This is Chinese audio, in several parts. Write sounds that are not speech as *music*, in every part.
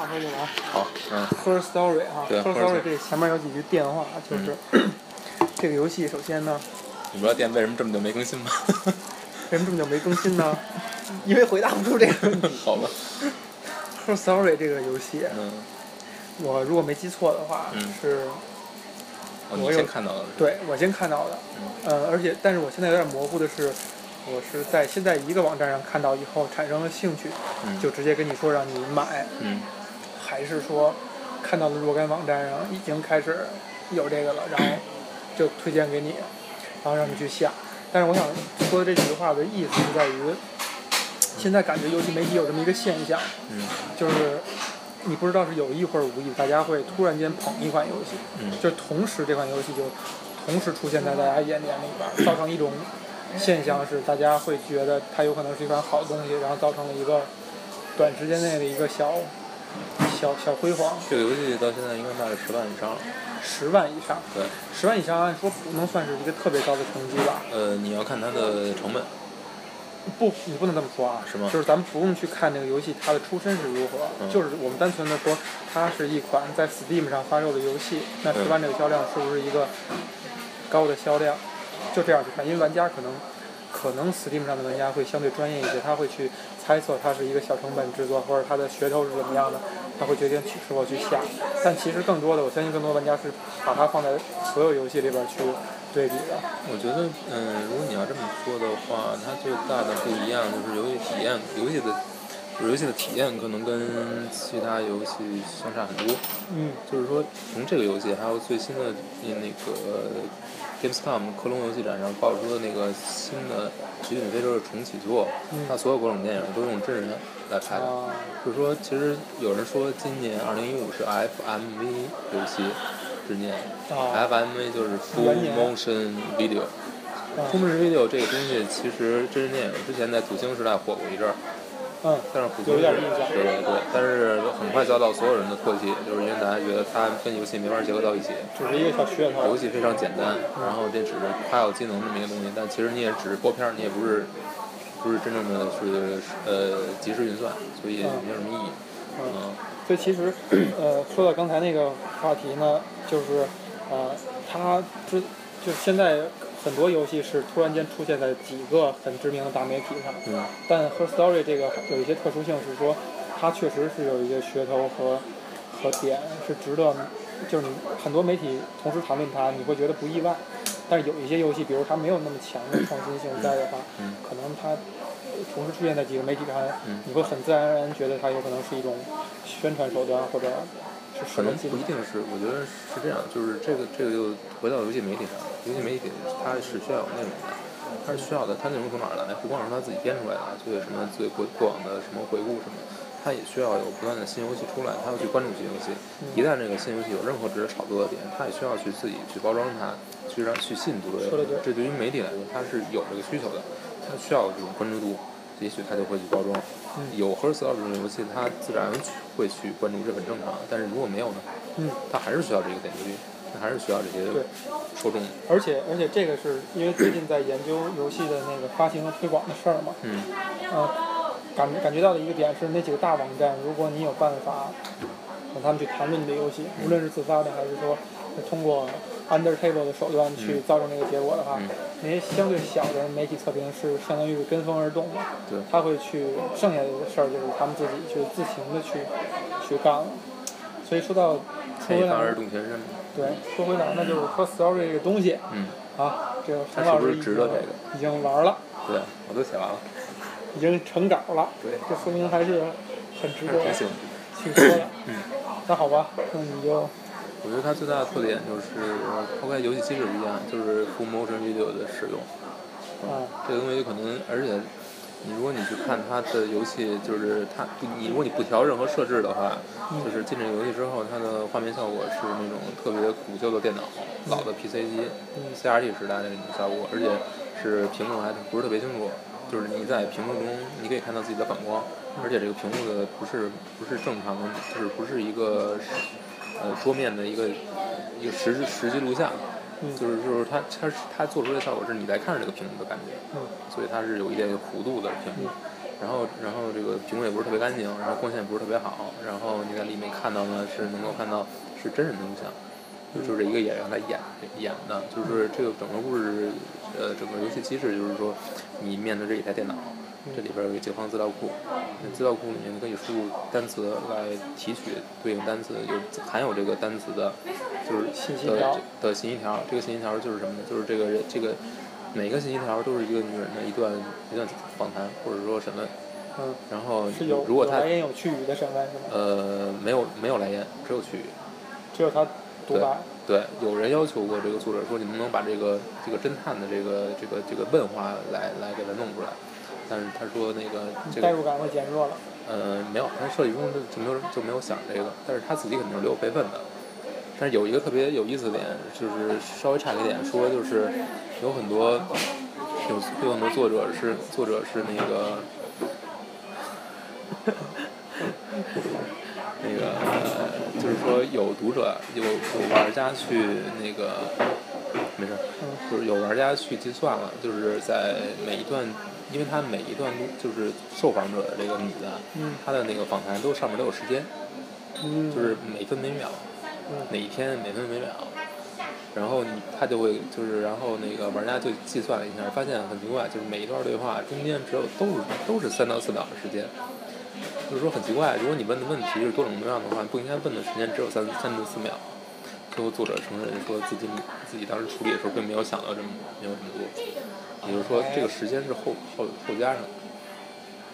啊好，嗯， ，Her Story 啊对，Her ，Her Story Story 嗯这前面有几句电话，就是、 *clears throat* 这个游戏首先呢，你不知道店为什么这么久没更新吗？ *laughs* 为什么这么久没更新呢？因为回答不出这个问题。好吧， Her Story 这个游戏，嗯，我如果没记错的话，嗯是哦，我你有先看到了，对我先看到的，嗯呃，而且但是我现在有点模糊的是，我是在先在一个网站上看到以后产生了兴趣，嗯，就直接跟你说让你买，嗯还是说看到了若干网站上已经开始有这个了，然后就推荐给你，然后让你去下。但是我想说这几句话的意思是在于，现在感觉游戏媒体有这么一个现象，嗯就是你不知道是有意或者无意，大家会突然间捧一款游戏，嗯就是同时这款游戏就同时出现在大家眼帘里边儿，造成一种现象是大家会觉得它有可能是一款好东西，然后造成了一个短时间内的一个小小小辉煌，这个游戏到现在应该卖了十万以上了，十万以上，对，十万以上按说不能算是一个特别高的成绩吧？呃，你要看它的成本，不，你不能这么说啊，是吗就是咱们不用去看这个游戏它的出身是如何，嗯就是我们单纯的说，它是一款在 Steam 上发售的游戏，嗯那十万这个销量是不是一个高的销量？就这样去看，因为玩家可能可能 Steam 上的玩家会相对专业一些，他会去猜测它是一个小成本制作，或者它的噱头是怎么样的，他会决定去是否去下。但其实更多的，我相信更多玩家是把它放在所有游戏里边去对比的。我觉得，嗯，如果你要这么说的话，它最大的不一样就是游戏体验，游戏的游戏的体验可能跟其他游戏相差很多。嗯就是说，从这个游戏还有最新的那个 Gamescom 科隆游戏展上爆出的那个新的《极品飞车》的重启作，嗯它所有各种电影都用真人来拍的。啊，就是说，其实有人说今年二零一五是 FMV 游戏之年、啊 f m v 就是 Full 元年 Motion Video。嗯 Full Motion Video 这个东西其实真人电影之前在土星时代火过一阵儿，嗯。但是虎鲸有是点印象对对对，但是很快遭到所有人的唾弃，就是因为大家觉得它跟游戏没法结合到一起。只是一个小啊噱头游。戏非常简单，然后这只是夸耀技能这么一个东西，但其实你也只是播片儿，你也不是不是真正的是呃即时运算，所以没有什么意义。嗯嗯，所以其实，呃，说到刚才那个话题呢，就是，呃，它之就现在很多游戏是突然间出现在几个很知名的大媒体上，嗯但 Her Story 这个有一些特殊性是说，它确实是有一些噱头和和点是值得，就是你很多媒体同时谈论它，你会觉得不意外。但是有一些游戏，比如它没有那么强的创新性在的话，嗯可能它同时出现在几个媒体上，嗯你会很自然而然觉得它有可能是一种宣传手段或者是什可么能技不能一。定是，我觉得是这样，就是这个这个就回到游戏媒体上，游戏媒体它是需要有内容的，它是需要的，它内容从哪儿来？不光是它自己编出来的，这个什么最过过往的什么回顾什么，它也需要有不断的新游戏出来，它要去关注这些游戏。嗯一旦这个新游戏有任何值得炒作的点，它也需要去自己去包装它，去让去吸引读者说得对。这对于媒体来说，它是有这个需求的，它需要这种关注度，也许它就会去包装。嗯有 Her s t o r 这种游戏，它自然会去关注，这很正常。但是如果没有呢？嗯，它还是需要这个点击率，它还是需要这些对受众。而且而且这个是因为最近在研究游戏的那个发行和推广的事儿嘛，嗯呃，感感觉到的一个点是，那几个大网站，如果你有办法让他们去谈论你的游戏，无论是自发的还是说通过 under table 的手段去造成这个结果的话，嗯，那些相对小的媒体测评是相当于是跟风而动嘛，对，他会去剩下的事儿就是他们自己去自行的去去干了。所以说到说牵回一发来而，动全身。对，说回来，那就是说 story 这个东西嗯，啊，这个它陈是老不师是已值经得这个？已经玩了，对，我都写完了。已经成稿了。对，这说明还是很值得还行。去说的。嗯，那好吧，那你就我觉得它最大的特点就是呃抛开游戏机制不一样，就是 full motion video 的使用。啊，这个东西可能，而且你如果你去看它的游戏，就是它不，你如果你不调任何设置的话，嗯就是进这个游戏之后，它的画面效果是那种特别古旧的电脑、老的 PC 机、嗯 CRT 时代的那种效果，而且是屏幕还不是特别清楚，就是你在屏幕中你可以看到自己的反光，嗯而且这个屏幕的不是不是正常的，就是不是一个呃桌面的一个一个实时实际录像。嗯就是就是它它它做出来的效果是你在看着这个屏幕的感觉，嗯所以它是有一点弧度的屏幕。然后然后这个屏幕也不是特别干净，然后光线也不是特别好，然后你在里面看到呢是能够看到是真人的录像，就是一个演员来演演的，就是这个整个故事，呃，整个游戏机制就是说你面对这一台电脑，嗯这里边有一个解放资料库，那资料库里面你可以输入单词来提取对应单词，有含有这个单词的，就是信息的条的信息条。这个信息条就是什么呢？就是这个人这个每个信息条都是一个女人的一段一段访谈或者说审问。嗯，然后是有如果有他来言有去语的审问是吗？呃没有没有来言，只有去语。只有他独白。对，有人要求过这个作者说，你能不能把这个这个侦探的这个这个这个问话来来给他弄出来？但是他说那个这代个入感会减弱了。呃没有，他设计中就就没有就没有想这个，但是他自己肯定是留有备份的。但是有一个特别有意思的点，就是稍微差一点说，就是有很多有有很多作者是作者是那个 *laughs* 那个呃就是说有读者有有玩家去那个没事儿，就是有玩家去计算了，就是在每一段，因为他每一段就是受访者的这个女的，嗯她的那个访谈都上面都有时间，嗯，就是每分每秒，嗯哪一天每分每秒，然后你他就会就是，然后那个玩家就计算了一下，发现很奇怪，就是每一段对话中间只有都是都是三到四秒的时间，就是说很奇怪，如果你问的问题是多种多样的话，不应该问的时间只有三三至四秒。最后作者承认说自己自己当时处理的时候并没有想到这么没有这么多，也就是说这个时间是后后后加上的，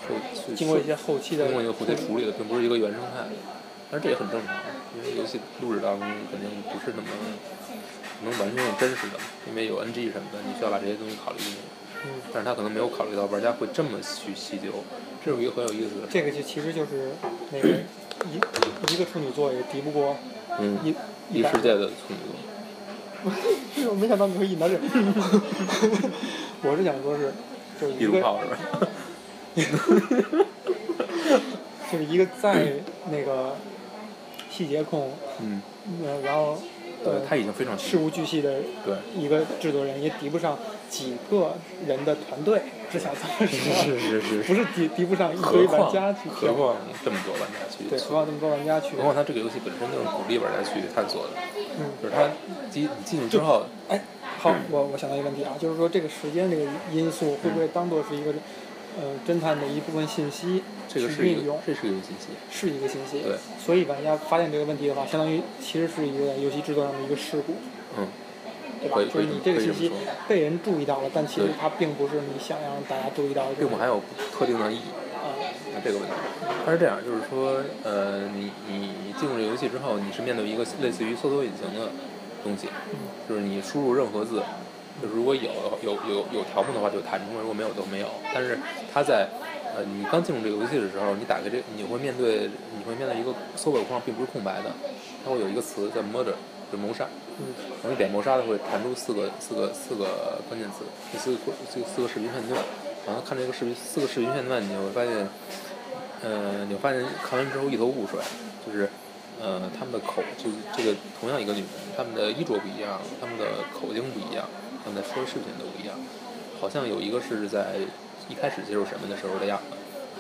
后去嗯经过一些后期的通过一个后期处理的，并不是一个原生态，但是这也很正常，因为游戏录制当中肯定不是那么能完全真实的，因为有 NG 什么的，你需要把这些东西考虑进去。嗯，但是他可能没有考虑到玩家会这么去细究，这是一个很有意思的事。这个就其实就是那个一一个处女座也敌不过嗯，一异一百世界的处女座， *laughs* 我没想到你会引到这， *laughs* 我是想说是，就是地一图个炮是吧？就是一个在那个细节控， *laughs* 嗯，嗯，然后对呃，他已经非常事无巨细的对，一个制作人，也敌不上几个人的团队，只想这么说， *laughs* 是是不，是敌敌不上一何堆况玩家去何挑，况这么多玩家去对，何况这么多玩家去何，况他这个游戏本身就是鼓励玩家去探索的，嗯，就是他进你进去之后，哎，好，我我想到一个问题啊，就是说这个时间这个因素会不会当做是一个，呃，侦探的一部分信息这个去是一运用个？这是一个信息，是一个信息。对。所以玩家发现这个问题的话，相当于其实是一个游戏制作上的一个事故，嗯，对吧可以？就是你这个信息可以这么说被人注意到了，但其实对它并不是你想让大家注意到的。并不含有特定的意义。啊，那这个问题，它是这样，就是说，呃，你你你进入这游戏之后，你是面对一个类似于搜索引擎的东西，就是你输入任何字，就是如果有有有有条目的话就弹出来，如果没有就没有。但是它在呃你刚进入这个游戏的时候，你打开这你会面对你会面对一个搜索框，并不是空白的，它会有一个词叫 murder，就是谋杀。嗯然后你点谋杀的会弹出四个四个四个关键词，这四个这四个视频片段，然后看这个视频四个视频片段，你会发现，呃，你会发现看完之后一头雾水，就是，呃，他们的口就是这个同样一个女人，她们的衣着不一样，她们的口径不一样，她们在说的事情都不一样，好像有一个是在一开始接受审问的时候的样子，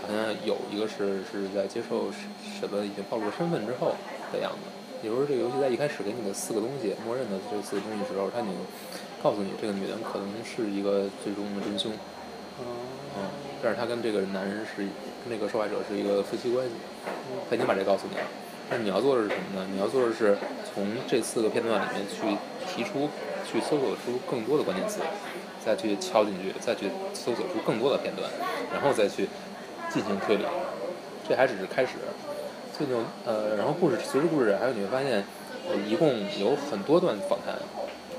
好像有一个是是在接受审审问已经暴露身份之后的样子。也就是这个游戏在一开始给你的四个东西，默认的这四个东西的时候，它已经告诉你这个女人可能是一个最终的真凶，嗯嗯，但是她跟这个男人是跟这个受害者是一个夫妻关系，他已经把这告诉你了。但是你要做的是什么呢？你要做的是从这四个片段里面去提出、去搜索出更多的关键词，再去敲进去，再去搜索出更多的片段，然后再去进行推理。这还只是开始。最牛呃，然后故事随着故事展开，你会发现，呃，一共有很多段访谈，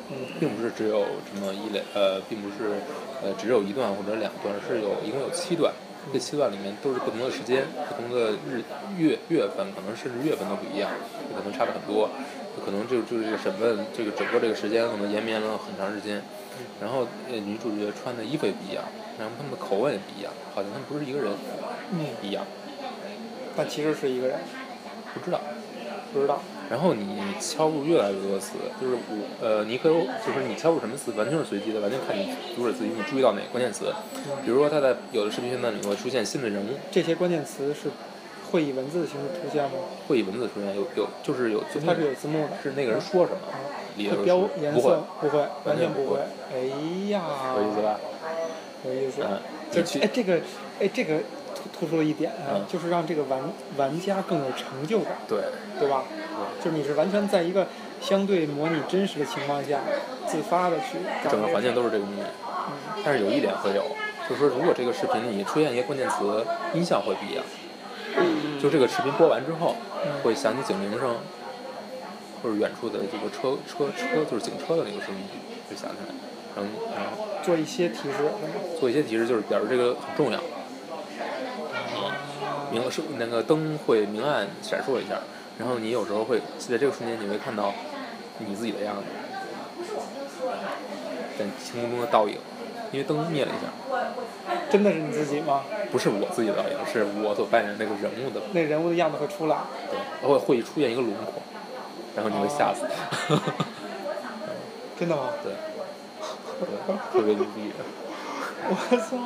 嗯并不是只有这么一两呃，并不是呃只有一段或者两段，是有一共有七段。这七段里面都是不同的时间、不同的日月月份，可能甚至月份都不一样，可能差的很多。可能就就是这个审问，这个整个这个时间可能延绵了很长时间。然后呃，女主角穿的衣服也不一样，然后她们的口吻也不一样，好像她们不是一个人嗯，一样。但其实是一个人。不知道。不知道。然后你敲入越来越多次，就是我呃，你可以就是你敲入什么词，完全是随机的，完全看你读者自己你注意到哪个关键词。比如说，它在有的视频片段里会出现新的人物，这些关键词是会以文字的形式出现吗？会以文字出现，有有就是有它是有字幕的，是那个人说什么，里头会嗯是啊标颜不会色，不会，完全全不不会会。哎呀，有意思吧？有意思。嗯，你就是哎去，这个，哎这个突突出了一点啊，嗯就是让这个玩玩家更有成就感，对，对吧？就是你是完全在一个相对模拟真实的情况下，自发的去干整个这环境都是这个音乐。嗯但是有一点会有，就是说如果这个视频你出现一些关键词，音效会不一样。就这个视频播完之后，会响起警铃声，或者远处的这个车车车就是警车的那个声音就响起来，然后然后做一些提示，是吗做一些提示，就是表示这个很重要。嗯明是那个灯会明暗闪烁一下，然后你有时候会在这个瞬间你会看到你自己的样子，在星空中的倒影，因为灯灭了一下。真的是你自己吗？不是我自己的倒影，是我所扮演那个人物的，那人物的样子会出来，对，会会出现一个轮廓，然后你会吓死， *laughs* 真的吗？对，对，特别牛逼。我操，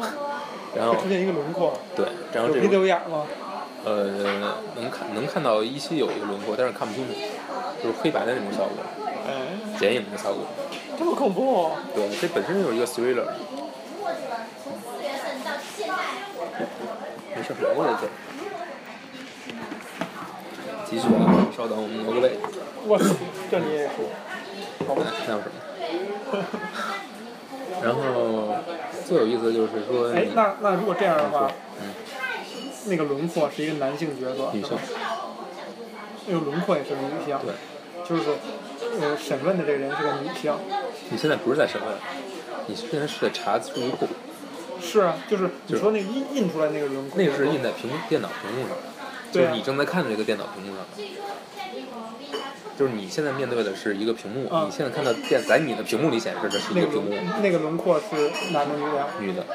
然后会出现一个轮廓，对，然后有嗯这鼻子种有眼吗？呃能看能看到依稀有一个轮廓，但是看不清楚，就是黑白的那种效果，哎，剪影的效果。这么恐怖、哦对，这本身就是一个 thriller。没事，我也剪。继续啊，稍等，我们挪个位。我操，这你也说，哎，那有什么？然后最有意思的就是说哎你，那那如果这样的话，嗯那个轮廓是一个男性角色，女是性吧，那个轮廓也是个女性，对，就是呃审问的这个人是个女性，你现在不是在审问，你现在是在查数据库，是啊，就是你就是说那个印印出来那个轮廓，那个是印在屏幕电脑屏幕上的，就对是啊你正在看的这个电脑屏幕上的。就是你现在面对的是一个屏幕，嗯你现在看到电在你的屏幕里显示的是一那个个屏幕，轮那个轮廓是男的女的，女的，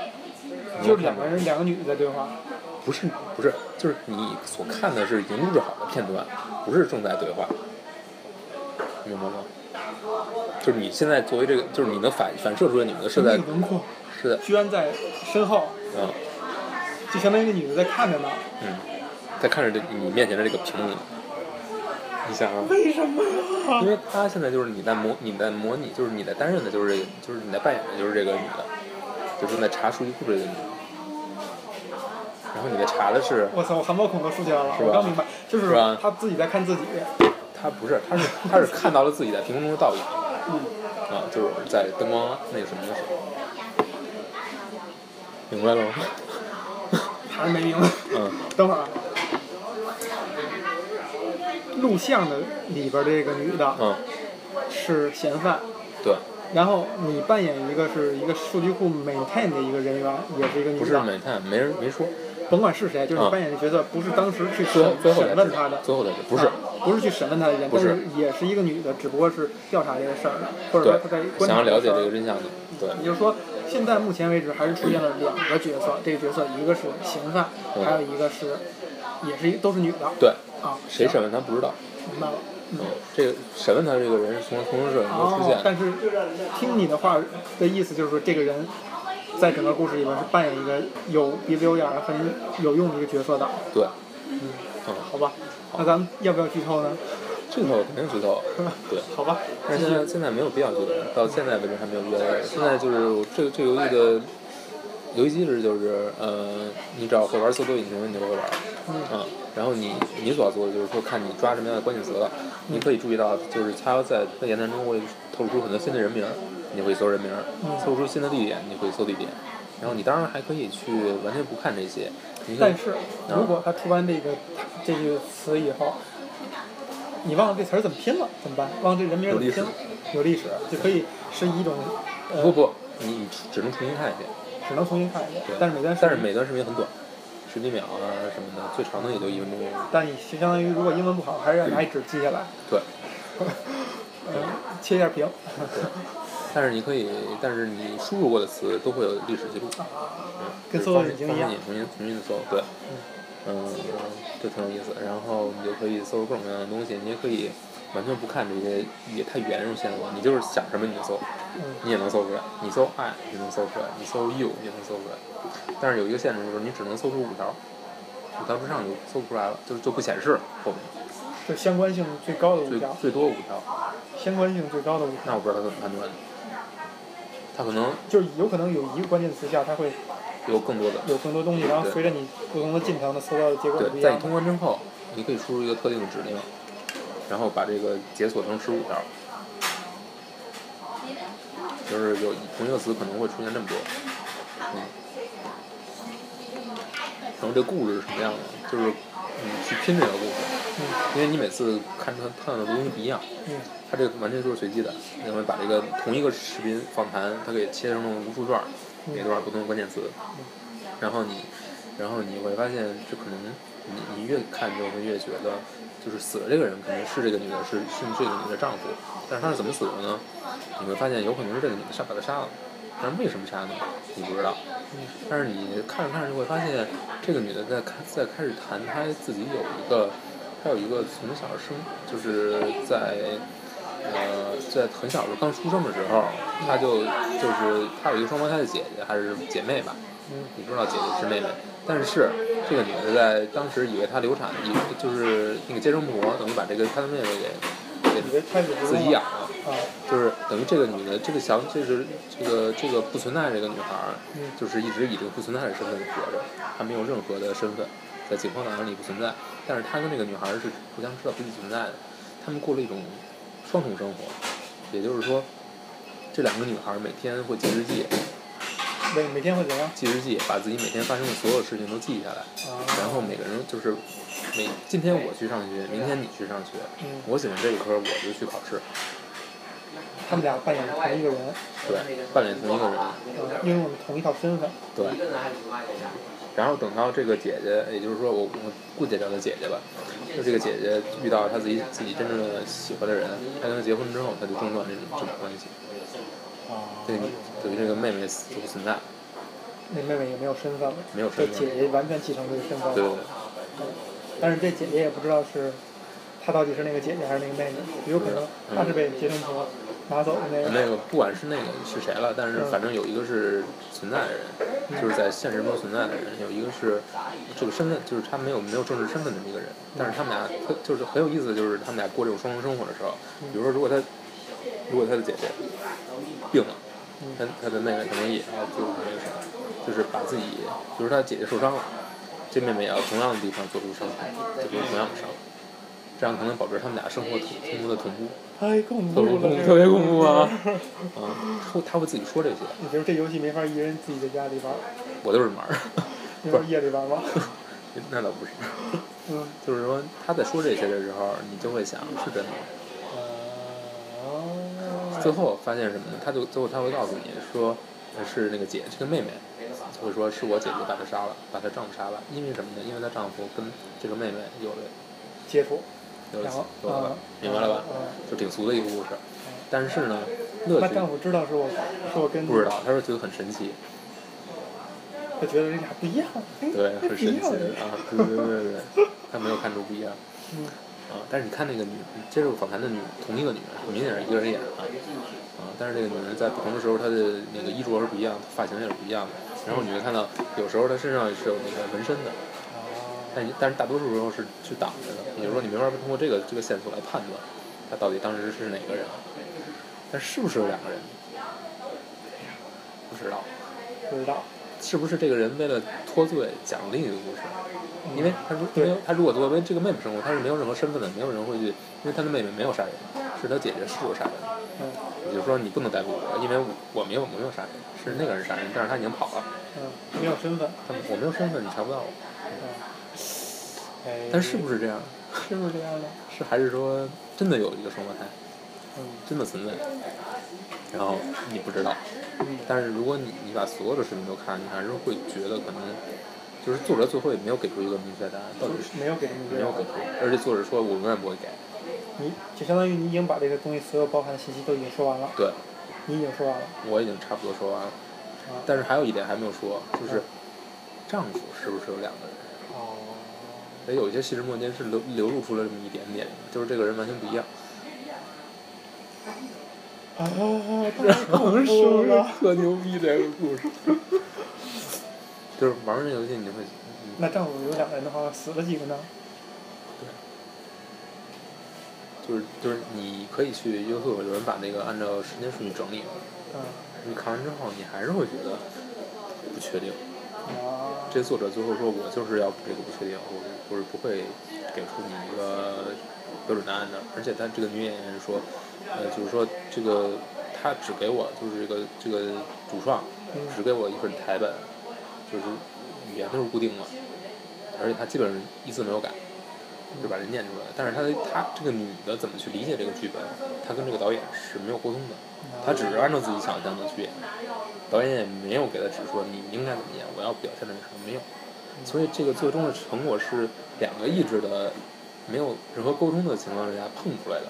你就有是看两吗个人两个女的在对话，不是不是，就是你所看的是已经录制好的片段，不是正在对话，明白吗？就是你现在作为这个，就是你能反反射出来你们的是那在个轮廓是在居然在身后，嗯就相当于那女的在看着呢，嗯，在看着这你面前的这个屏幕，你想啊，为什么呀？因为他现在就是你在模你在模拟，就是你在担任的就是这个，就是你在扮演的就是这个女的，就是在查数据库这个女的，然后你在查的是我操，我汗毛孔都竖起来了，是吧我刚明白，就是是吧他自己在看自己，他不是他是他是看到了自己在屏幕中的倒影。嗯，啊，就是在灯光那个什么的时候，明白了吗？还是没明白。嗯，等会儿啊，录像的里边这个女的嗯，是嫌犯，对，然后你扮演一个是一个数据库 maintain 的一个人员，也是一个女不是的，美探，没人没说，甭管是谁，就是你嗯扮演的角色不是当时去最后审最后才审知问她的道，。最后才知道，不是啊，不是去审问她的人，不但是是也是一个女的，只不过是调查这个事儿的，或者说她在对，观察想要了解事儿这个真相的，对，也就是说，现在目前为止还是出现了两个角色，这个角色一个是刑犯，嗯还有一个是，也是一都是女的。对，啊，谁审问他不知道，明白了。嗯，这个审问他这个人是从从事者里头出哦，现，但是听你的话的意思就是说，这个人在整个故事里边是扮演一个有鼻子有眼儿、很有用的一个角色的，对，好吧？那咱们要不要剧透呢？这头肯定知道， *laughs* 对。好吧，但是现在现在没有必要觉得，到现在为止还没有必要觉得。现在就是这个这个游戏的游戏机制就是，呃，你只要会玩搜索引擎，你就会玩。嗯。然后你你所要做的就是说，看你抓什么样的关键词了。你可以注意到，就是它要在在言谈中会透露出很多新的人名儿，你会搜人名儿；嗯透露出新的地点，你会搜地点。然后你当然还可以去完全不看这些，你可但以是如果他出完这个这句词以后，你忘了这词儿怎么拼了，怎么办？忘了这人名儿怎么拼了？有历史，就可以是一种，不呃，不，你你只能重新看一遍。只能重新看一遍对。但是每段但是每段视频很短，十几秒啊什么的，最长的也就一分钟。但你相当于如果英文不好，还是要拿一纸记下来，对，嗯，切一下屏。 *laughs* 但是你可以，但是你输入过的词都会有历史记录，啊跟就是搜索方式引擎一样方式你重新重新搜，对。嗯，这挺有意思。然后你就可以搜各种各样的东西，你也可以完全不看这些也太圆融线索，你就是想什么你就搜，你也能搜出来。你搜爱，你能搜出来；你搜 you，也能搜出来。但是有一个限制就是你只能搜出五条，五条之上就搜不出来了，就就不显示后面嗯就相关性最高的五最条，最多五条。相关性最高的五条，那我不知道他怎么判断的，他可能就是有可能有一个关键词下，它会有更多的。有更多东西，然后随着你不同的进程的搜到的结果是不对，一在样的。你通关之后，你可以输入一个特定的指令，然后把这个解锁成十五条。就是有同一个词可能会出现这么多，嗯，然后这故事是什么样的？就是你去拼这个故事，嗯因为你每次看它看到的东西不一样，嗯，它这个完全就是随机的。那我们把这个同一个视频访谈，它给切成了无数段儿，每段儿不同的关键词，然后你，然后你会发现，这可能你你越看就会越觉得，就是死了这个人肯定是这个女的，是是这个女的丈夫，但是她是怎么死的呢？你会发现有可能是这个女的杀把她杀了，但是为什么杀呢？你不知道。但是你看着看着就会发现，这个女的在开在开始谈她自己有一个，她有一个从小生就是在。呃，在很小的时候刚出生的时候，她就就是她有一个双胞胎的姐姐还是姐妹吧，你不知道姐姐是妹妹，但是这个女的在当时以为她流产，以为就是那个接生婆等于把这个她的妹妹给以为给开始不自己用养了啊，了，就是等于这个女的这个想就是这个这个不存在这个女孩儿，就是一直以这个不存在的身份活着，她没有任何的身份，在警方档案里不存在，但是她跟这个女孩儿是互相知道彼此存在的，她们过了一种双重生活，也就是说，这两个女孩儿每天会记日记，每每天会怎样？记日记，把自己每天发生的所有事情都记下来。啊，然后每个人就是每今天我去上学，明天你去上学，嗯我喜欢这一科我就去考试，他们俩扮演同一个人，对，扮演同一个人，啊拥有同一套身份。对。然后等到这个姐姐，也就是说我我姑姐叫她姐姐吧，就这个姐姐遇到她自己自己真正的喜欢的人，她跟她结婚之后，她就中断这种这种关系，啊对，等于这个妹妹就不存在，那妹妹也没有身份了，没有这身份，姐姐完全继承这个身份。对对对，但是这姐姐也不知道是，她到底是那个姐姐还是那个妹妹，有可能嗯她是被接生婆拿走的那个。那个不管是那个是谁了，但是反正有一个是存在的人，就是在现实中存在的人，有一个是这个身份，就是他没有没有正式身份的这么一个人，但是他们俩特就是很有意思的就是他们俩过这种双重生活的时候，比如说如果他如果他的姐姐病了，他他的妹妹可能也要做出那个什么，就是把自己，比如说他姐姐受伤了，这妹妹也要同样的地方做出伤害，做出同样的伤，这样才能保证他们俩生活同生活的同步。太恐特怖了，别恐怖，特别恐怖啊！ *laughs* 啊，说他会自己说这些，也就是这游戏没法一人自己在家里玩儿，我就是玩儿， *laughs* 没法夜里玩儿吗？那倒不是，嗯。就是说他在说这些的时候，你就会想是真的吗。最啊后发现什么呢？他就最后他会告诉你说，呃是那个姐，这个妹妹，就会说是我姐姐把她杀了，把她丈夫杀了，因为什么呢？因为她丈夫跟这个妹妹有了接触，有了然后有了吧嗯，明白了吧嗯？就挺俗的一个故事，但是呢，乐那趣丈夫知道是我，是我跟你不知，道，他说觉得很神奇。他觉得这俩不一样，哎对，这很不神一奇样的，啊！对对对对对，他没有看出不一样嗯，啊。但是你看那个女接受访谈的女，同一个女人，很明显是一个人演的啊。但是这个女人在不同的时候，她的那个衣着是不一样的，发型也是不一样的。然后你会看到，有时候她身上是有那个纹身的，但但是大多数时候是是挡着的，也就是说你没法通过这个这个线索来判断她到底当时是哪个人，啊但是不是有两个人，不知道。不知道，是不是这个人为了脱罪讲另一个故事？因为他如对没有他如果作为这个妹妹生活，他是没有任何身份的，没有人会去，因为他的妹妹没有杀人，是他姐姐是我杀人，嗯也就是说你不能逮捕我，因为我我没有我没有杀人，是那个人杀人，但是他已经跑了，嗯，没有身份，他我没有身份，你查不到我。嗯，哎，但是不是这样？是不是这样的？是还是说真的有一个双胞胎，嗯真的存在？然后你不知道，但是如果你你把所有的视频都看，你还是会觉得可能就是作者最后也没有给出一个明确答案，到底是。没有给你这没有个给，出，而且作者说我永远不会改。你就相当于你已经把这个东西所有包含的信息都已经说完了，对，你已经说完了，我已经差不多说完了，啊，但是还有一点还没有说，就是丈夫是不是有两个人？哦，也有一些细枝末节是流流露出了这么一点点，就是这个人完全不一样。啊，是太不啊是特牛逼这个故事？就是玩儿这游戏你会，嗯那正午有两个人的话，死了几个呢？就是就是你可以去优酷有人把这个按照时间顺序整理了，嗯，你看完之后你还是会觉得不确定。啊，这作者最后说我就是要这个不确定，我我是不会给出你一个标准答案的。而且他这个女演员说，呃，就是说这个他只给我就是这个这个主创嗯只给我一份台本，就是语言都是固定的，而且他基本上一字没有改，就把这念出来了。但是他他这个女的怎么去理解这个剧本，他跟这个导演是没有沟通的，嗯他只是按照自己想象的去演，导演也没有给他指说你应该怎么演，我要表现成什么，没有。所以这个最终的成果是两个意志的没有任何沟通的情况之下碰出来的，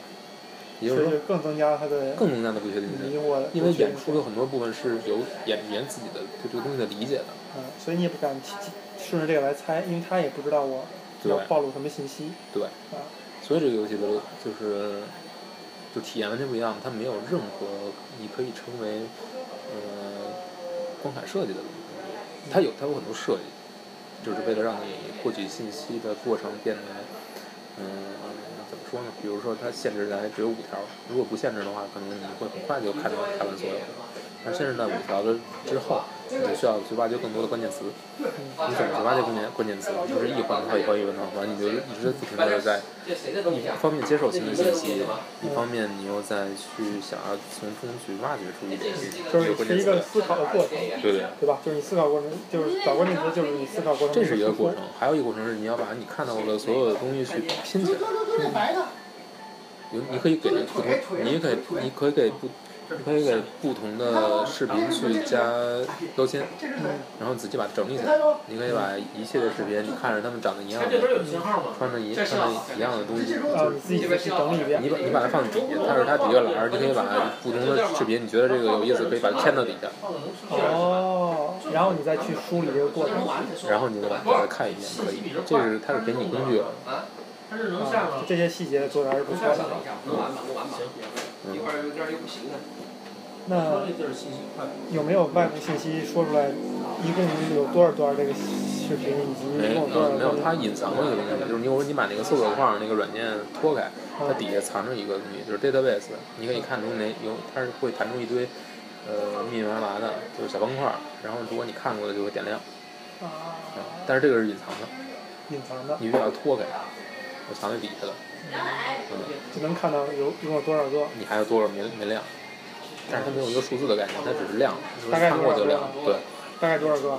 也就是这说是更增加了他的更增加的不确定性迷。惑了。因为演出有很多部分是由演员自己的对这个东西的理解的，嗯，所以你也不敢提顺着这个来猜，因为他也不知道我要对暴露什么信息对，啊。所以这个游戏的就是就体验完全不一样，它没有任何你可以称为呃光彩设计的东西，它有它有很多设计，就是为了让你获取信息的过程变得嗯、怎么说呢？比如说它限制在只有五条，如果不限制的话，可能你会很快就看到看完所有的。但限制在五条的之后，你就需要去挖掘更多的关键词。你怎么去挖掘关键关键词？就是一环套一环一环套一环，你就一直不停的在这谁的东西啊一？方面接受新的信息，一方面你又再去想要从中去挖掘出一点就是有你关是一键词个来，思考的过程，对对，对吧？就是你思考过程，就是找关键词，就是你思考过程。这是一个过程。。还有一个过程是你要把你看到的所有的东西去拼起来。有你可以给不同，你也可以你可以给不，你可以给不同的视频去加标签，然后仔细把它整理起来。你哦可以把一系列视频，你看着他们长得一样他这边的，有信号吗？穿着一穿着一样的东西，啊就，你是自己再去整理一遍。你把你把它放底，它是它底下栏儿，你可以把不同的视频，你觉得这个有意思，可以把它嵌到底下，哦，然后你再去梳理这个过程。啊，然后你再把它看一遍，可以。这是它是给你工具了，啊，他这能下吗？这些细节做的还是不能错下的。能下，能完吧？能完吧？一会儿有点又不行了。那这地儿信息快。有没有外部信息说出来？一共有多少段这个视频，以及没一共有多少呃没有，它段？隐藏了一个东西，就是你如果你把那个搜索框那个软件拖开，嗯它底下藏着一个东西，就是 database，你可以看出哪有，它是会弹出一堆呃密密麻麻的，就是小方块儿，然后如果你看过的就会点亮，啊，啊但是这个是隐藏的，隐藏的你把它拖开，我藏在底下了，嗯。就能看到有一共有多少个。你还有多少没没亮，但是它没有一个数字的概念，它只是亮，嗯就是大概看多过少就个亮，对，大概多少个？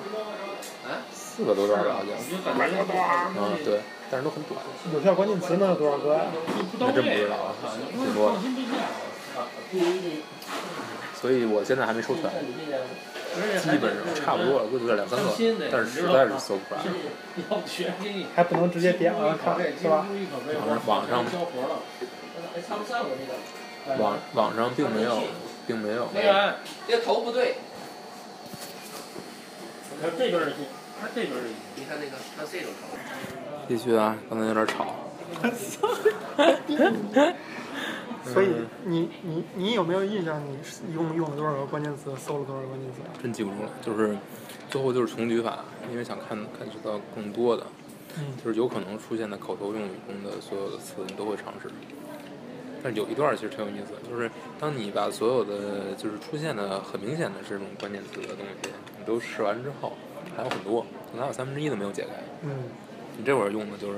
四个多段儿吧好像，你就感觉到嗯对，但是都很短，有效关键词能有多少个呀？那真不知道啊，挺多的，所以我现在还没收全，基本上差不多了，估计有两三个，但是实在是搜不出来，还不能直接点完了看，是吧？网上网网上并没有，并没有，这头不对，他这边儿的进，他这边儿的进。你看那个，看这种头。继续啊，刚才有点吵，所以你你你有没有印象？你是一共用了多少个关键词？搜了多少个关键词？真记不住了，就是最后就是穷举法，因为想看看知道更多的。嗯，就是有可能出现的口头用语中的所有的词，你都会尝试。但有一段儿其实挺有意思的，就是当你把所有的就是出现的很明显的这种关键词的东西，你都试完之后，还有很多，可能还有三分之一都没有解开。嗯，你这会儿用的就是，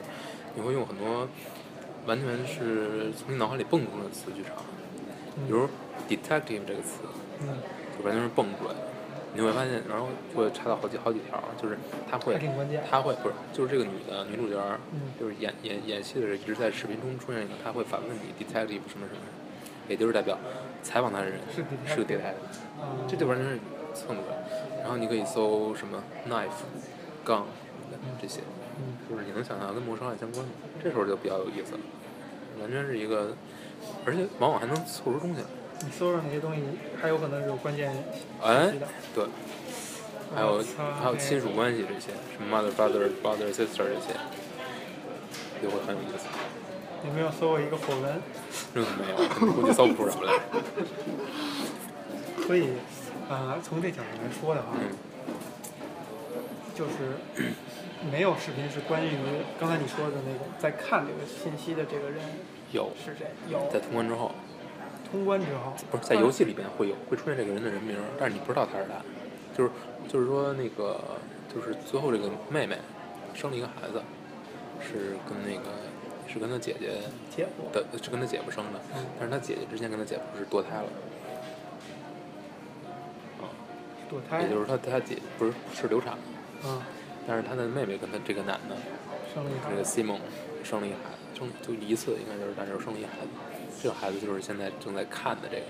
你会用很多完全是从你脑海里蹦出来的词去尝，比如 detective 这个词，嗯，就完全是蹦出来的。你会发现，然后会查到好几好几条，就是他会还挺关键。她会不是，就是这个女的女主角儿，嗯就是演演演戏的时候，一直在视频中出现一个，她会反问你 detective 什么什么，也就是代表采访她的人是 detective 是个 detective，嗯这就完全是蹭出来。然后你可以搜什么 knife、gun 这些，嗯就是你能想象跟谋杀案相关的，这时候就比较有意思了，完全是一个，而且往往还能凑出东西来。你搜上那些东西，还有可能有关键哎知道，对，还有我操还有亲属关系这些，什么 mother、father、brother、sister 这些，就会很有意思。有没有搜过一个火纹？这个没有，估计搜不出什么来。所以，呃，从这角度来说的话，嗯就是没有视频是关于刚才你说的那个在看这个信息的这个人有，是谁？有在通关之后，通关之后，不是在游戏里边会有会出现这个人的人名，但是你不知道他是他，就是就是说那个就是最后这个妹妹生了一个孩子，是跟那个是跟她姐姐结果的是跟她姐夫生的，但是她姐姐之前跟她姐夫是堕胎了，堕胎也，就是说她姐不是是流产了，嗯，但是她的妹妹跟她这个男的生了一这个个 Simon 生了一孩子，生就一次应该就是，但是生了一孩子，这个孩子就是现在正在看的这个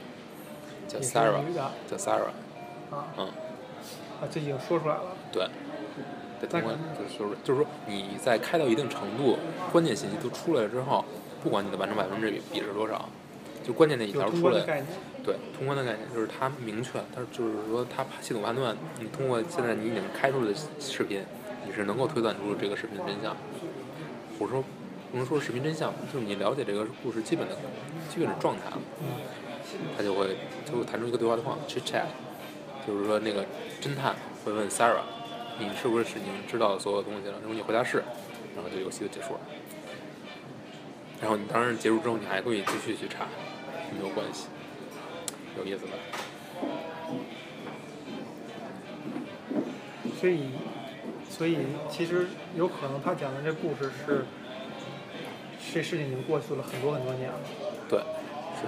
叫也是 Sarah，女的叫 Sarah，啊嗯，啊，这已经说出来了，对，在但通关就是说就是说你在开到一定程度，关键信息都出来了之后，不管你的完成百分之比比是多少，就关键那一有条通出关来的，概念，对通关的概念，就是它明确，它就是说它系统判断，你通过现在你已经开出的视频，你是能够推断出这个视频的真相。我说不能说视频真相，就是你了解这个故事基本的基本的状态了，嗯它就会它会弹出一个对话框去 check，就是说那个侦探会问 Sarah，你是不是已经知道所有东西了？如果你回答是，然后这游戏就结束了。然后你当然结束之后，你还可以继续去查，没有关系。有意思吧？所以，所以其实有可能他讲的这故事是，这事情已经过去了很多很多年了。对，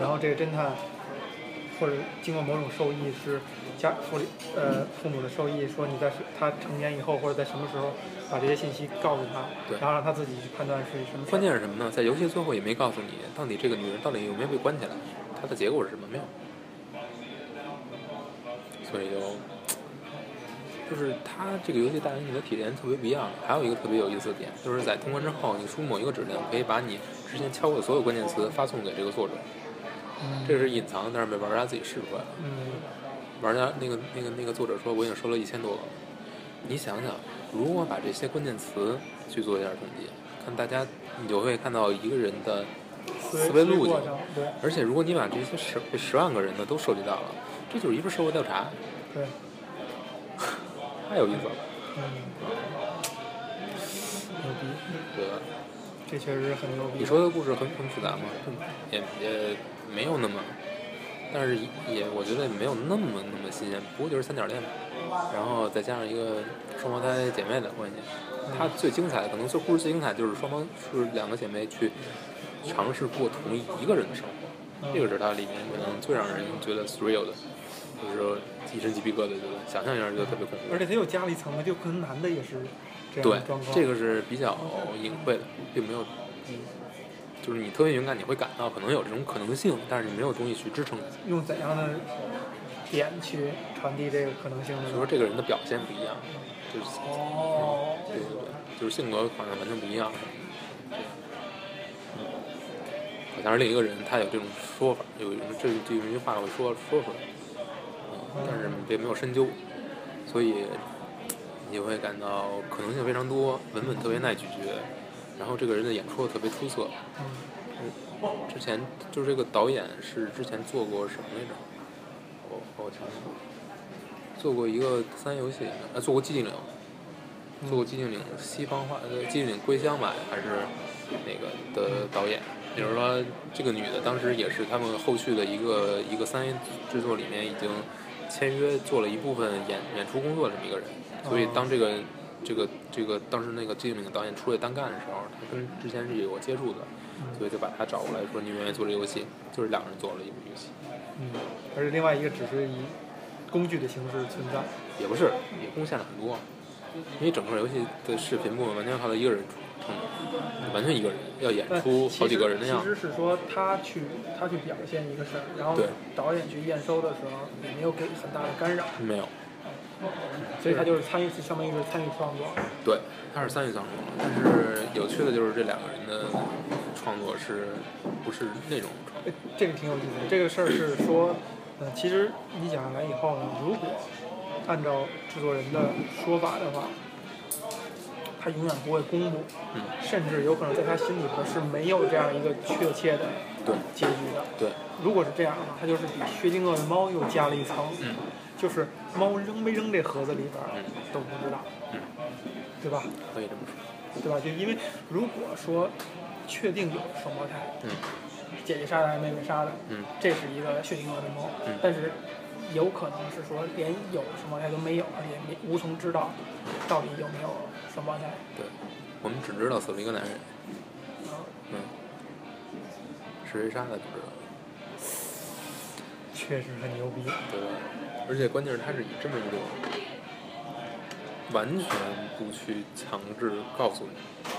然后这个侦探或者经过某种受益是家父里呃父母的受益，说你在他成年以后或者在什么时候把这些信息告诉他，对然后让他自己去判断是什么事儿。关键是什么呢？在游戏最后也没告诉你，到底这个女人到底有没有被关起来，她的结果是什么？没有。所以就，就是它这个游戏带给你的体验特别不一样。还有一个特别有意思的点，就是在通关之后，你输某一个指令，可以把你之前敲过的所有关键词发送给这个作者。这是隐藏的，但是被玩家自己试出来了。嗯，玩家那个那个那个作者说，我已经收了一千多个了。你想想，如果把这些关键词去做一下统计，看大家，你就会看到一个人的思维路径过。程对而且，如果你把这些十这十万个人的都收集到了，这就是一份社会调查，对，太有意思了。嗯，牛逼，这个这确实是很牛逼。你说的故事很很复杂吗？也也没有那么，但是也我觉得也没有那么那么新鲜，不过就是三角恋嘛，然后再加上一个双胞胎姐妹的关系，它最精彩的可能最故事最精彩就是双方是两个姐妹去尝试过同一个人的生活，这个是它里面可能最让人觉得 thrill 的，就是说一身鸡皮疙瘩，觉得想象一下就特别恐怖而。且他又加了一层的，就可能男的也是这样对的状，况。嗯这个是比较隐晦的，并没有，就是你特别勇敢，你会感到可能有这种可能性，但是你没有东西去支撑你。用怎样的点去传递这个可能性所呢？以说这个人的表现不一样，就是哦，对对对，就是性格好像完全不一样。好像是另一个人，他有这种说法，有一种这这有一句话会说说出来，嗯，但是这没有深究，所以你就会感到可能性非常多，文本特别耐咀嚼，然后这个人的演出又特别出色，嗯，之前就是这个导演是之前做过什么来着？我我想想，做过一个三 A 游戏，呃，做过寂静岭，做过寂静岭西方化，呃，寂静岭归乡吧，还是那个的导演。也就是说，这个女的当时也是他们后续的一个一个三 A 制作里面已经签约做了一部分演演出工作的这么一个人，所以哦当这个。这个这个当时那个寂静岭的导演出来单干的时候，他跟之前是有过接触的，所以就把他找过来说你愿意做这个游戏，就是两个人做了一部游戏，嗯，而且另外一个只是以工具的形式存在。也不是也贡献了很多，因为整个游戏的视频部分完全靠他一个人撑的，完全一个人要演但出其好几实个人的样其子，实是说他去他去表现一个事儿，然后对导演去验收的时候也没有给很大的干扰，没有，所以他就是参与，相当于是参与创作。对，他是参与创作，但是有趣的就是这两个人的创作是不是那种创哎这个挺有意思的。这个事儿是说，呃，其实你讲下来以啊后呢，如果按照制作人的说法的话，他永远不会公布，嗯甚至有可能在他心里头是没有这样一个确切的嗯对结局的。对，如果是这样的话，它就是比薛定谔的猫又加了一层，嗯就是猫扔没扔这盒子里边儿嗯都不知道嗯，对吧？可以这么说，对吧？就因为如果说确定有双胞胎，嗯姐姐杀的还是妹妹杀的，嗯这是一个血型的猫，嗯但是有可能是说连有双胞胎都没有，而且也无从知道到底有没有双胞胎。对，我们只知道死了一个男人，啊，嗯，是谁杀的不知道，确实很牛逼。对吧？而且关键是他是以这么一种完全不去强制告诉你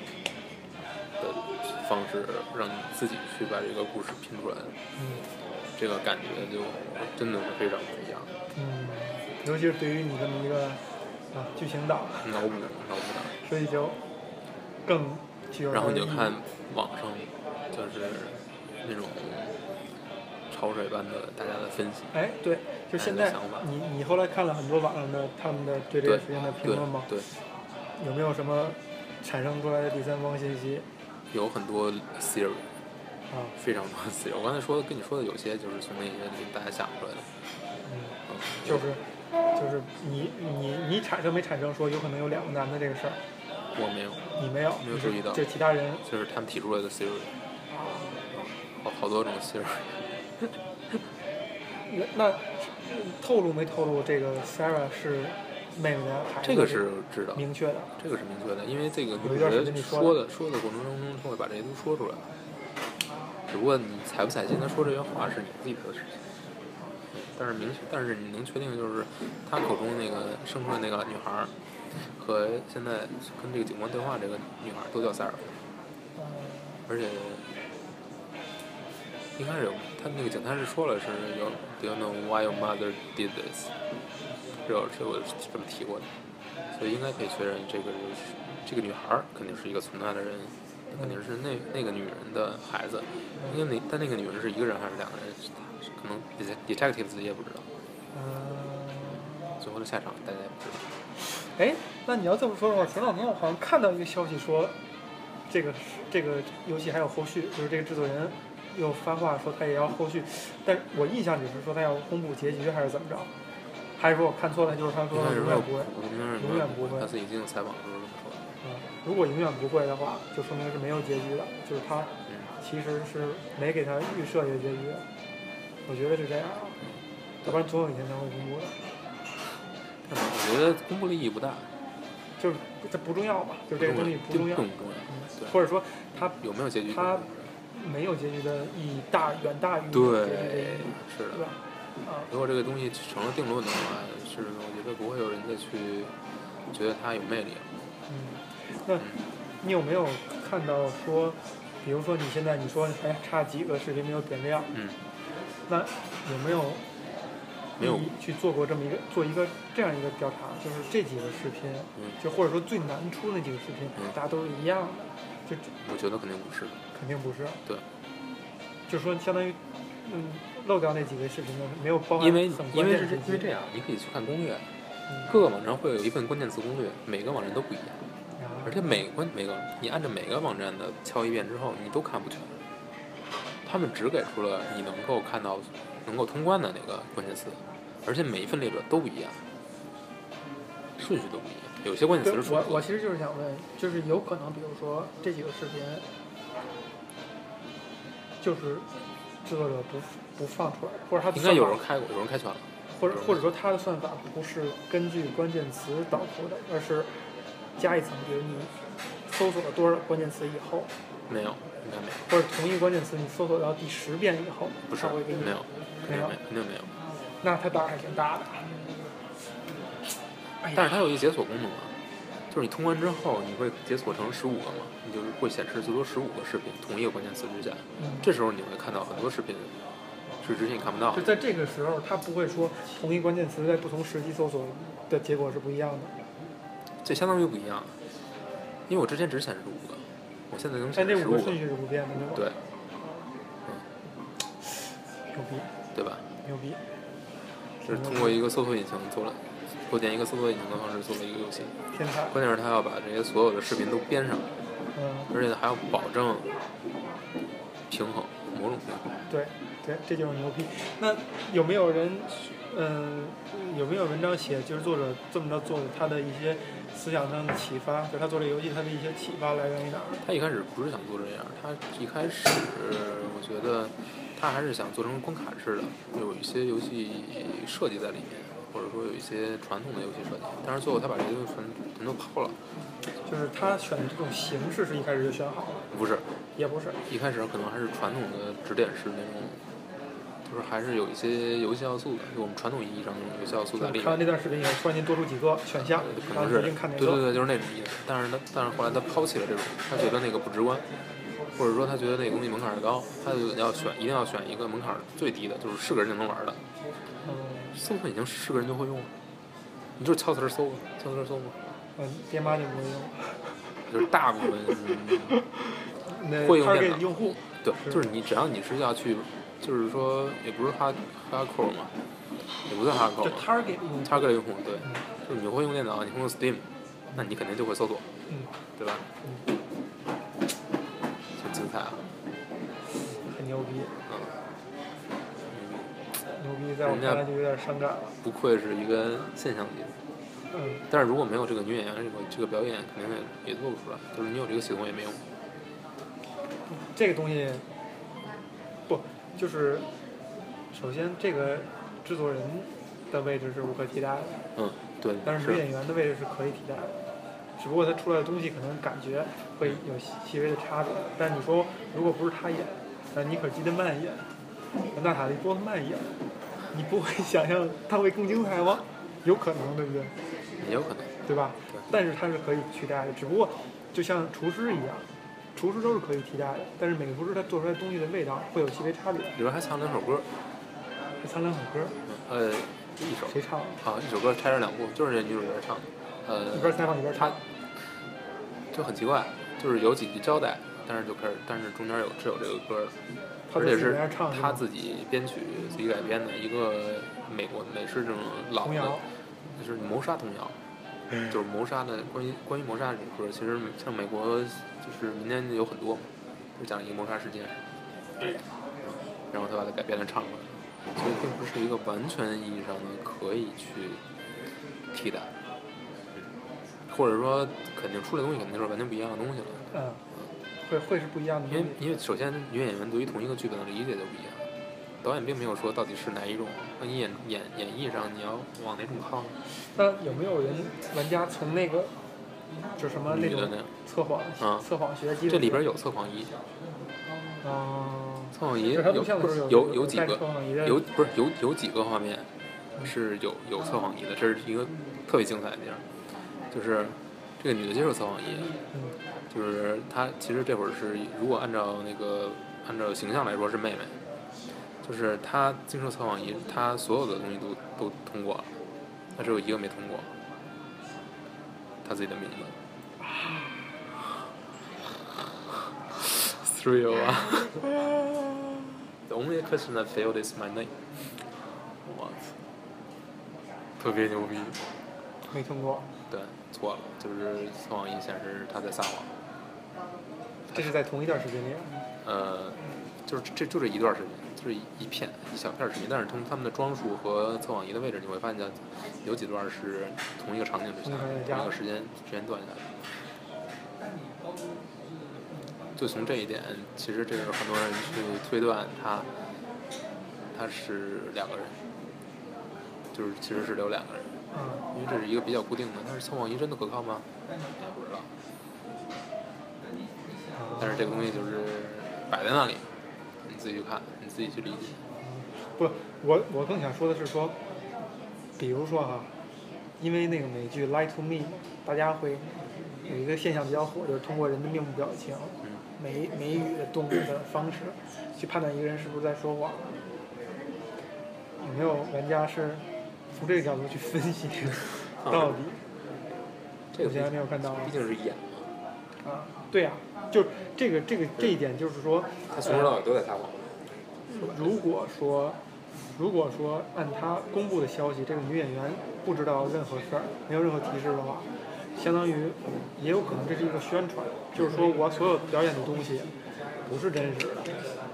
的方式，让你自己去把这个故事拼出来的，嗯这个感觉就真的是非常不一样，嗯，尤其是对于你这么一个啊剧情党，脑补脑补的。所以就更具有它然后的你就意义看网上就是那种潮水般的大家的分析，哎，对，就现在大家的想法，你你后来看了很多网上的他们的对这对个事情的评对论吗？对，有没有什么产生出来的第三方信息有很多 theory，啊？非常多 theory。我刚才说跟你说的有些就是从那些里大家想出来的，嗯，嗯，就是就是你你你产生没产生说有可能有两个男的这个事儿，我没有，你没有，没有你是注意到就其他人就是他们提出来的 theory，好哦好多种 theory，那那透露没透露这个 Sarah 是妹妹的孩子？这个是知道，明确的。这个是明确的，因为这个有一段时间你说说的说的过程当中，他会把这些都说出来。只不过你采不采信他说这些话是你自己的事情，但是明确，但是你能确定就是他口中那个生出来那个女孩儿和现在跟这个警官对话这个女孩儿都叫塞尔，嗯而且一开始有他那个警探是说了是有 Do you know why your mother did this？这我这我是这么提过的，所以应该可以确认这个是这个女孩儿肯定是一个存在的人，肯定是那那个女人的孩子。因为那但那个女人是一个人还是两个人，可能 det- detective 自己也不知道，嗯，最后的下场大家也不知道。哎，那你要这么说的话，前两天我好像看到一个消息说，这个是这个游戏还有后续，就是这个制作人又发话说他也要后续，但是我印象里是说他要公布结局还是怎么着，还是说我看错了？就是他说应该是永说远不会。我们永远不会他自己进行采访的时候这么说的。嗯，如果永远不会的话，就说明是没有结局的，就是他嗯，其实是没给他预设一个结局。我觉得是这样，啊要不然总有一天他会公布的，但我觉得公布利益不大，就是这不重要吧？就这个东西不重要嗯并，不重要。对。或者说他有没有结局？他没有结局的意义大远大于有结局的意对义，，是嗯对的吧。？啊，如果这个东西成了定论的话，是我觉得不会有人再去觉得它有魅力了。嗯，那你有没有看到说，比如说你现在你说还差几个视频没有点亮，嗯，那有没有没有你去做过这么一个做一个这样一个调查，就是这几个视频，嗯就或者说最难出那几个视频，嗯大家都是一样的，就这我觉得肯定不是。肯定不是，对，就说相当于嗯漏掉那几个视频的没有包含因为很因关为键是的这信息因为这样，你可以去看攻略，嗯各个网站会有一份关键词攻略，每个网站都不一样，啊而且每关每个你按照每个网站的敲一遍之后，你都看不全。他们只给出了你能够看到、能够通关的那个关键词，而且每一份列表都不一样，顺序都不一样，有些关键对词是重我复我的。其实就是想问，就是有可能，比如说这几个视频，就是制作者不不放出来，或者他的应该有算人法，开过，有人开全了。或者或者说他的算法不是根据关键词导出的，而是加一层，比如你搜索了多少关键词以后，没有，应该没有，或者同一关键词你搜索到第十遍以后，不是他会给你没有，肯没定有没，肯定没有。那他胆儿还挺大的。啊哎呀但是它有一个解锁功能啊，就是你通关之后，你会解锁成十五个嘛，你就是会显示最多十五个视频，同一个关键词之下，嗯这时候你会看到很多视频是之前你看不到就的。在这个时候，他不会说同一关键词在不同时机搜索的结果是不一样的。这相当于不一样，因为我之前只显示五个，我现在能但显这示哎十五五个个顺，序是不变的，对吧？对牛逼，对吧？牛逼。嗯这是通过一个搜索引擎做了构建一个搜索引擎的方式做了一个游戏。天才，关键是它要把这些所有的视频都编上，嗯，而且呢还要保证平衡，某种平衡。对对，这就是牛逼。那有没有人，嗯，有没有文章写就是作者这么着做的，他的一些思想上的启发，就是他做这游戏他的一些启发来源于哪儿？他一开始不是想做这样，他一开始我觉得他还是想做成关卡式的，有一些游戏设计在里面，或者说有一些传统的游戏设计。但是最后他把这些东西全全都抛了，就是他选这种形式是一开始就选好了，不是也不是，一开始可能还是传统的指点式那种，就是还是有一些游戏要素的，就我们传统意义上那种游戏要素在就里是看完面。这段视频以后，突然间多出几个选项，然可能后是决定看哪对对个。对，就是那种意思。但是他但是后来他抛弃了这种，他觉得那个不直观，或者说他觉得那个东西门槛儿高，他就要选一定要选一个门槛儿最低的，就是是个人就能玩儿的。嗯搜索引擎是个人就会用啊，你就是敲词儿搜啊，敲词儿搜嘛，嗯，爹妈就不会用。就是大部分那会用 target 电脑用户，对，是就是你只要你是要去，就是说也不是哈哈扣嘛，也不算哈扣就，target 嗯用户，插个用户对，就是你会用电脑，你会用 Steam，那你肯定就会搜索，嗯，对吧？很精彩啊，很牛逼，嗯，牛逼，在我看人家来就有点伤感了。不愧是一个现象级的。嗯，但是如果没有这个女演员这个这个表演，肯定也也做不出来，就是你有这个系统也没用。这个东西不就是，首先这个制作人的位置是无可替代的，嗯，对，但是是女演员的位置是可以替代的，只不过她出来的东西可能感觉会有细细微的差别。但是你说如果不是她演，呃，妮可基德曼演，娜塔莉波特曼演，你不会 *laughs* 想象她会更精彩吗？有可能，对不对？也有可能。对吧对？但是它是可以取代的，只不过就像厨师一样，厨师都是可以替代的，但是每个厨师他做出来东西的味道会有细微差别。里边还唱了两首歌，这苍兰虎歌呃，一首谁唱的？啊，一首歌拆成两部，就是这女主角唱的，一边呃，采访一边她唱，就很奇怪，就是有几句交代，但是就开始，但是中间有是有这个歌的，他而在且自己是在那唱是她吗，自己编曲、自己改编的一个美国美式这种老童谣的，就是谋杀童谣，就是谋杀的关于关于谋杀这种歌，其实像美国就是民间有很多嘛，就讲一个谋杀事件，然后他把它改编了唱了，所以并不是一个完全意义上的可以去替代，或者说肯定出来的东西肯定是完全不一样的东西了，嗯，会会是不一样的因为东西。因为首先女演员对于同一个剧本的理解就不一样，导演并没有说到底是哪一种，那你演演演绎上你要往哪种靠呢？啊那有没有人玩家从那个就什么那女的种呢？测谎啊测谎学机制这里边有测谎仪，啊，测谎就仪有是它录像的时候有有有几带个测谎仪的有不是有有几个画面是有有测谎仪的，这是一个特别精彩的地儿，就是这个女的接受测谎仪，嗯就是她其实这会儿是如果按照那个按照形象来说是妹妹，就是她经受测谎仪，她所有的东西都都通过了，她只有一个没通过，她自己的名字。Three o 啊，The only question that failed is my name。我操，特别牛逼。没听过，对，错了，就是测谎仪显示他在撒谎。这是在同一段时间里，啊呃，就是这就这一段时间，就是一一片一小片儿时间，但是从他们的装束和测谎仪的位置，你会发现有几段是同一个场景之下，同一个时间时间段下的。就从这一点，其实这是很多人去推断他他是两个人，就是其实是有两个人。嗯，因为这是一个比较固定的，但是测谎仪真的可靠吗？也不知道。但是这个东西就是摆在那里，你自己去看，你自己去理解。不，我我更想说的是说，比如说哈，因为那个美剧《Lie to Me》，大家会有一个现象比较火，就是通过人的面部表情、眉眉宇的动作的方式，去判断一个人是不是在说谎。有没有玩家是从这个角度去分析到底？啊这个我现在没有看到毕竟是演嘛，啊，对呀、就这个这个这一点，就是说，他从头到尾都在撒谎。如果说如果说按他公布的消息，这个女演员不知道任何事儿，没有任何提示的话，相当于也有可能这是一个宣传，就是说我所有表演的东西不是真实的，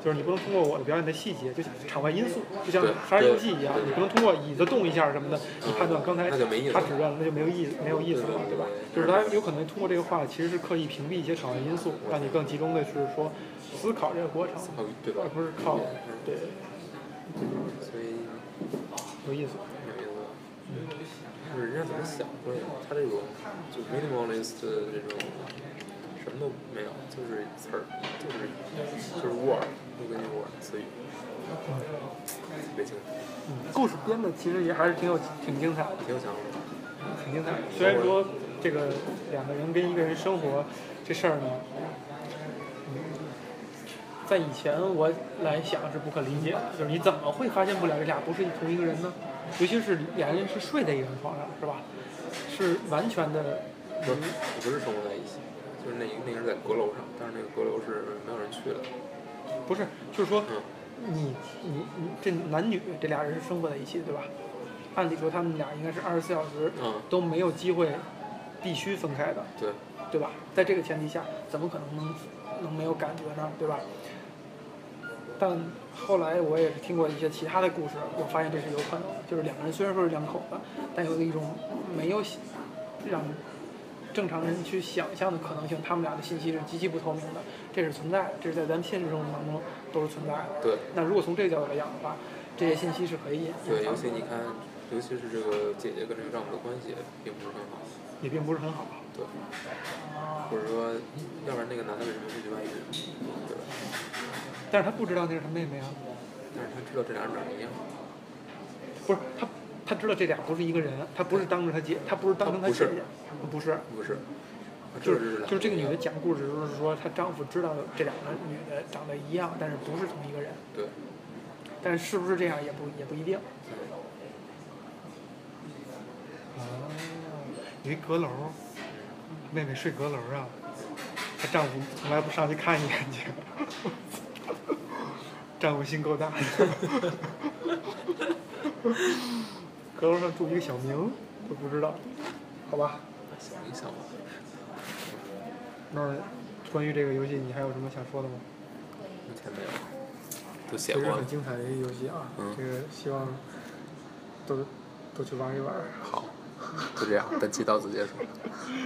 就是你不能通过我的表演的细节，就像场外因素，就像对还是游对戏一样对，你不能通过椅子动一下什么的，你判断刚才那就没意思他指认了，那就没有意思，没有意思了，对吧？就是他有可能通过这个话，其实是刻意屏蔽一些场外因素，让你更集中的是说思考这个过程，哦对吧而？不是靠对所以有意思。有意思。就是人家怎么想出来的？他这种就 minimalist 的这种什么都没有，就是词儿，就是就是 word，就跟你 word 词语，特别精彩，嗯，故事编的其实也还是挺有挺精彩的，挺有想法。挺精彩的。虽然说这个两个人跟一个人生活这事儿呢，嗯，在以前我来想是不可理解的，就是你怎么会发现不了这俩不是同一个人呢？尤其是俩人是睡在一张床上，是吧？是完全的，不是不是生活在一起，就是那一那个是在阁楼上，但是那个阁楼是没有人去的。不是，就是说嗯，你你你这男女这俩人是生活在一起，对吧？按理说他们俩应该是二十四小时嗯都没有机会必须分开的。对，对吧？在这个前提下，怎么可能能能没有感觉呢？对吧？但后来我也是听过一些其他的故事，我发现这是有可能，就是两个人虽然说是两口子，但有一种没有想让正常人去想象的可能性，他们俩的信息是极其不透明的，这是存在的，这是在咱们现实生活当中都是存在的。对，那如果从这个角度来讲的话，这些信息是可以隐对，尤藏其的，你看，尤其是这个姐姐跟这个丈夫的关系也并不是很好，也并不是很好。对，或者说，要不然那个男的为什么会去外遇，对吧？但是他不知道那是他妹妹啊。但是他知道这俩人长得一样，不是他，他知道这俩不是一个人，他不是当着他姐，他不是当成他姐姐，不是，不是？他知就道这是俩就是这个人一女样的讲故事，就是说她丈夫知道这两个女的长得一样，但是不是同一个人，对，但是是不是这样也不也不一定。嗯哦，有一阁楼，妹妹睡阁楼啊，她丈夫从来不上去看一眼去，丈夫心够大的。阁楼上住一个小明，都不知道，好吧？想一想吧。那儿关于这个游戏，你还有什么想说的吗？目前没有，都写这过是了很。精彩的一个游戏啊，嗯这个希望都都去玩一玩。好，就这样，本期到此结束。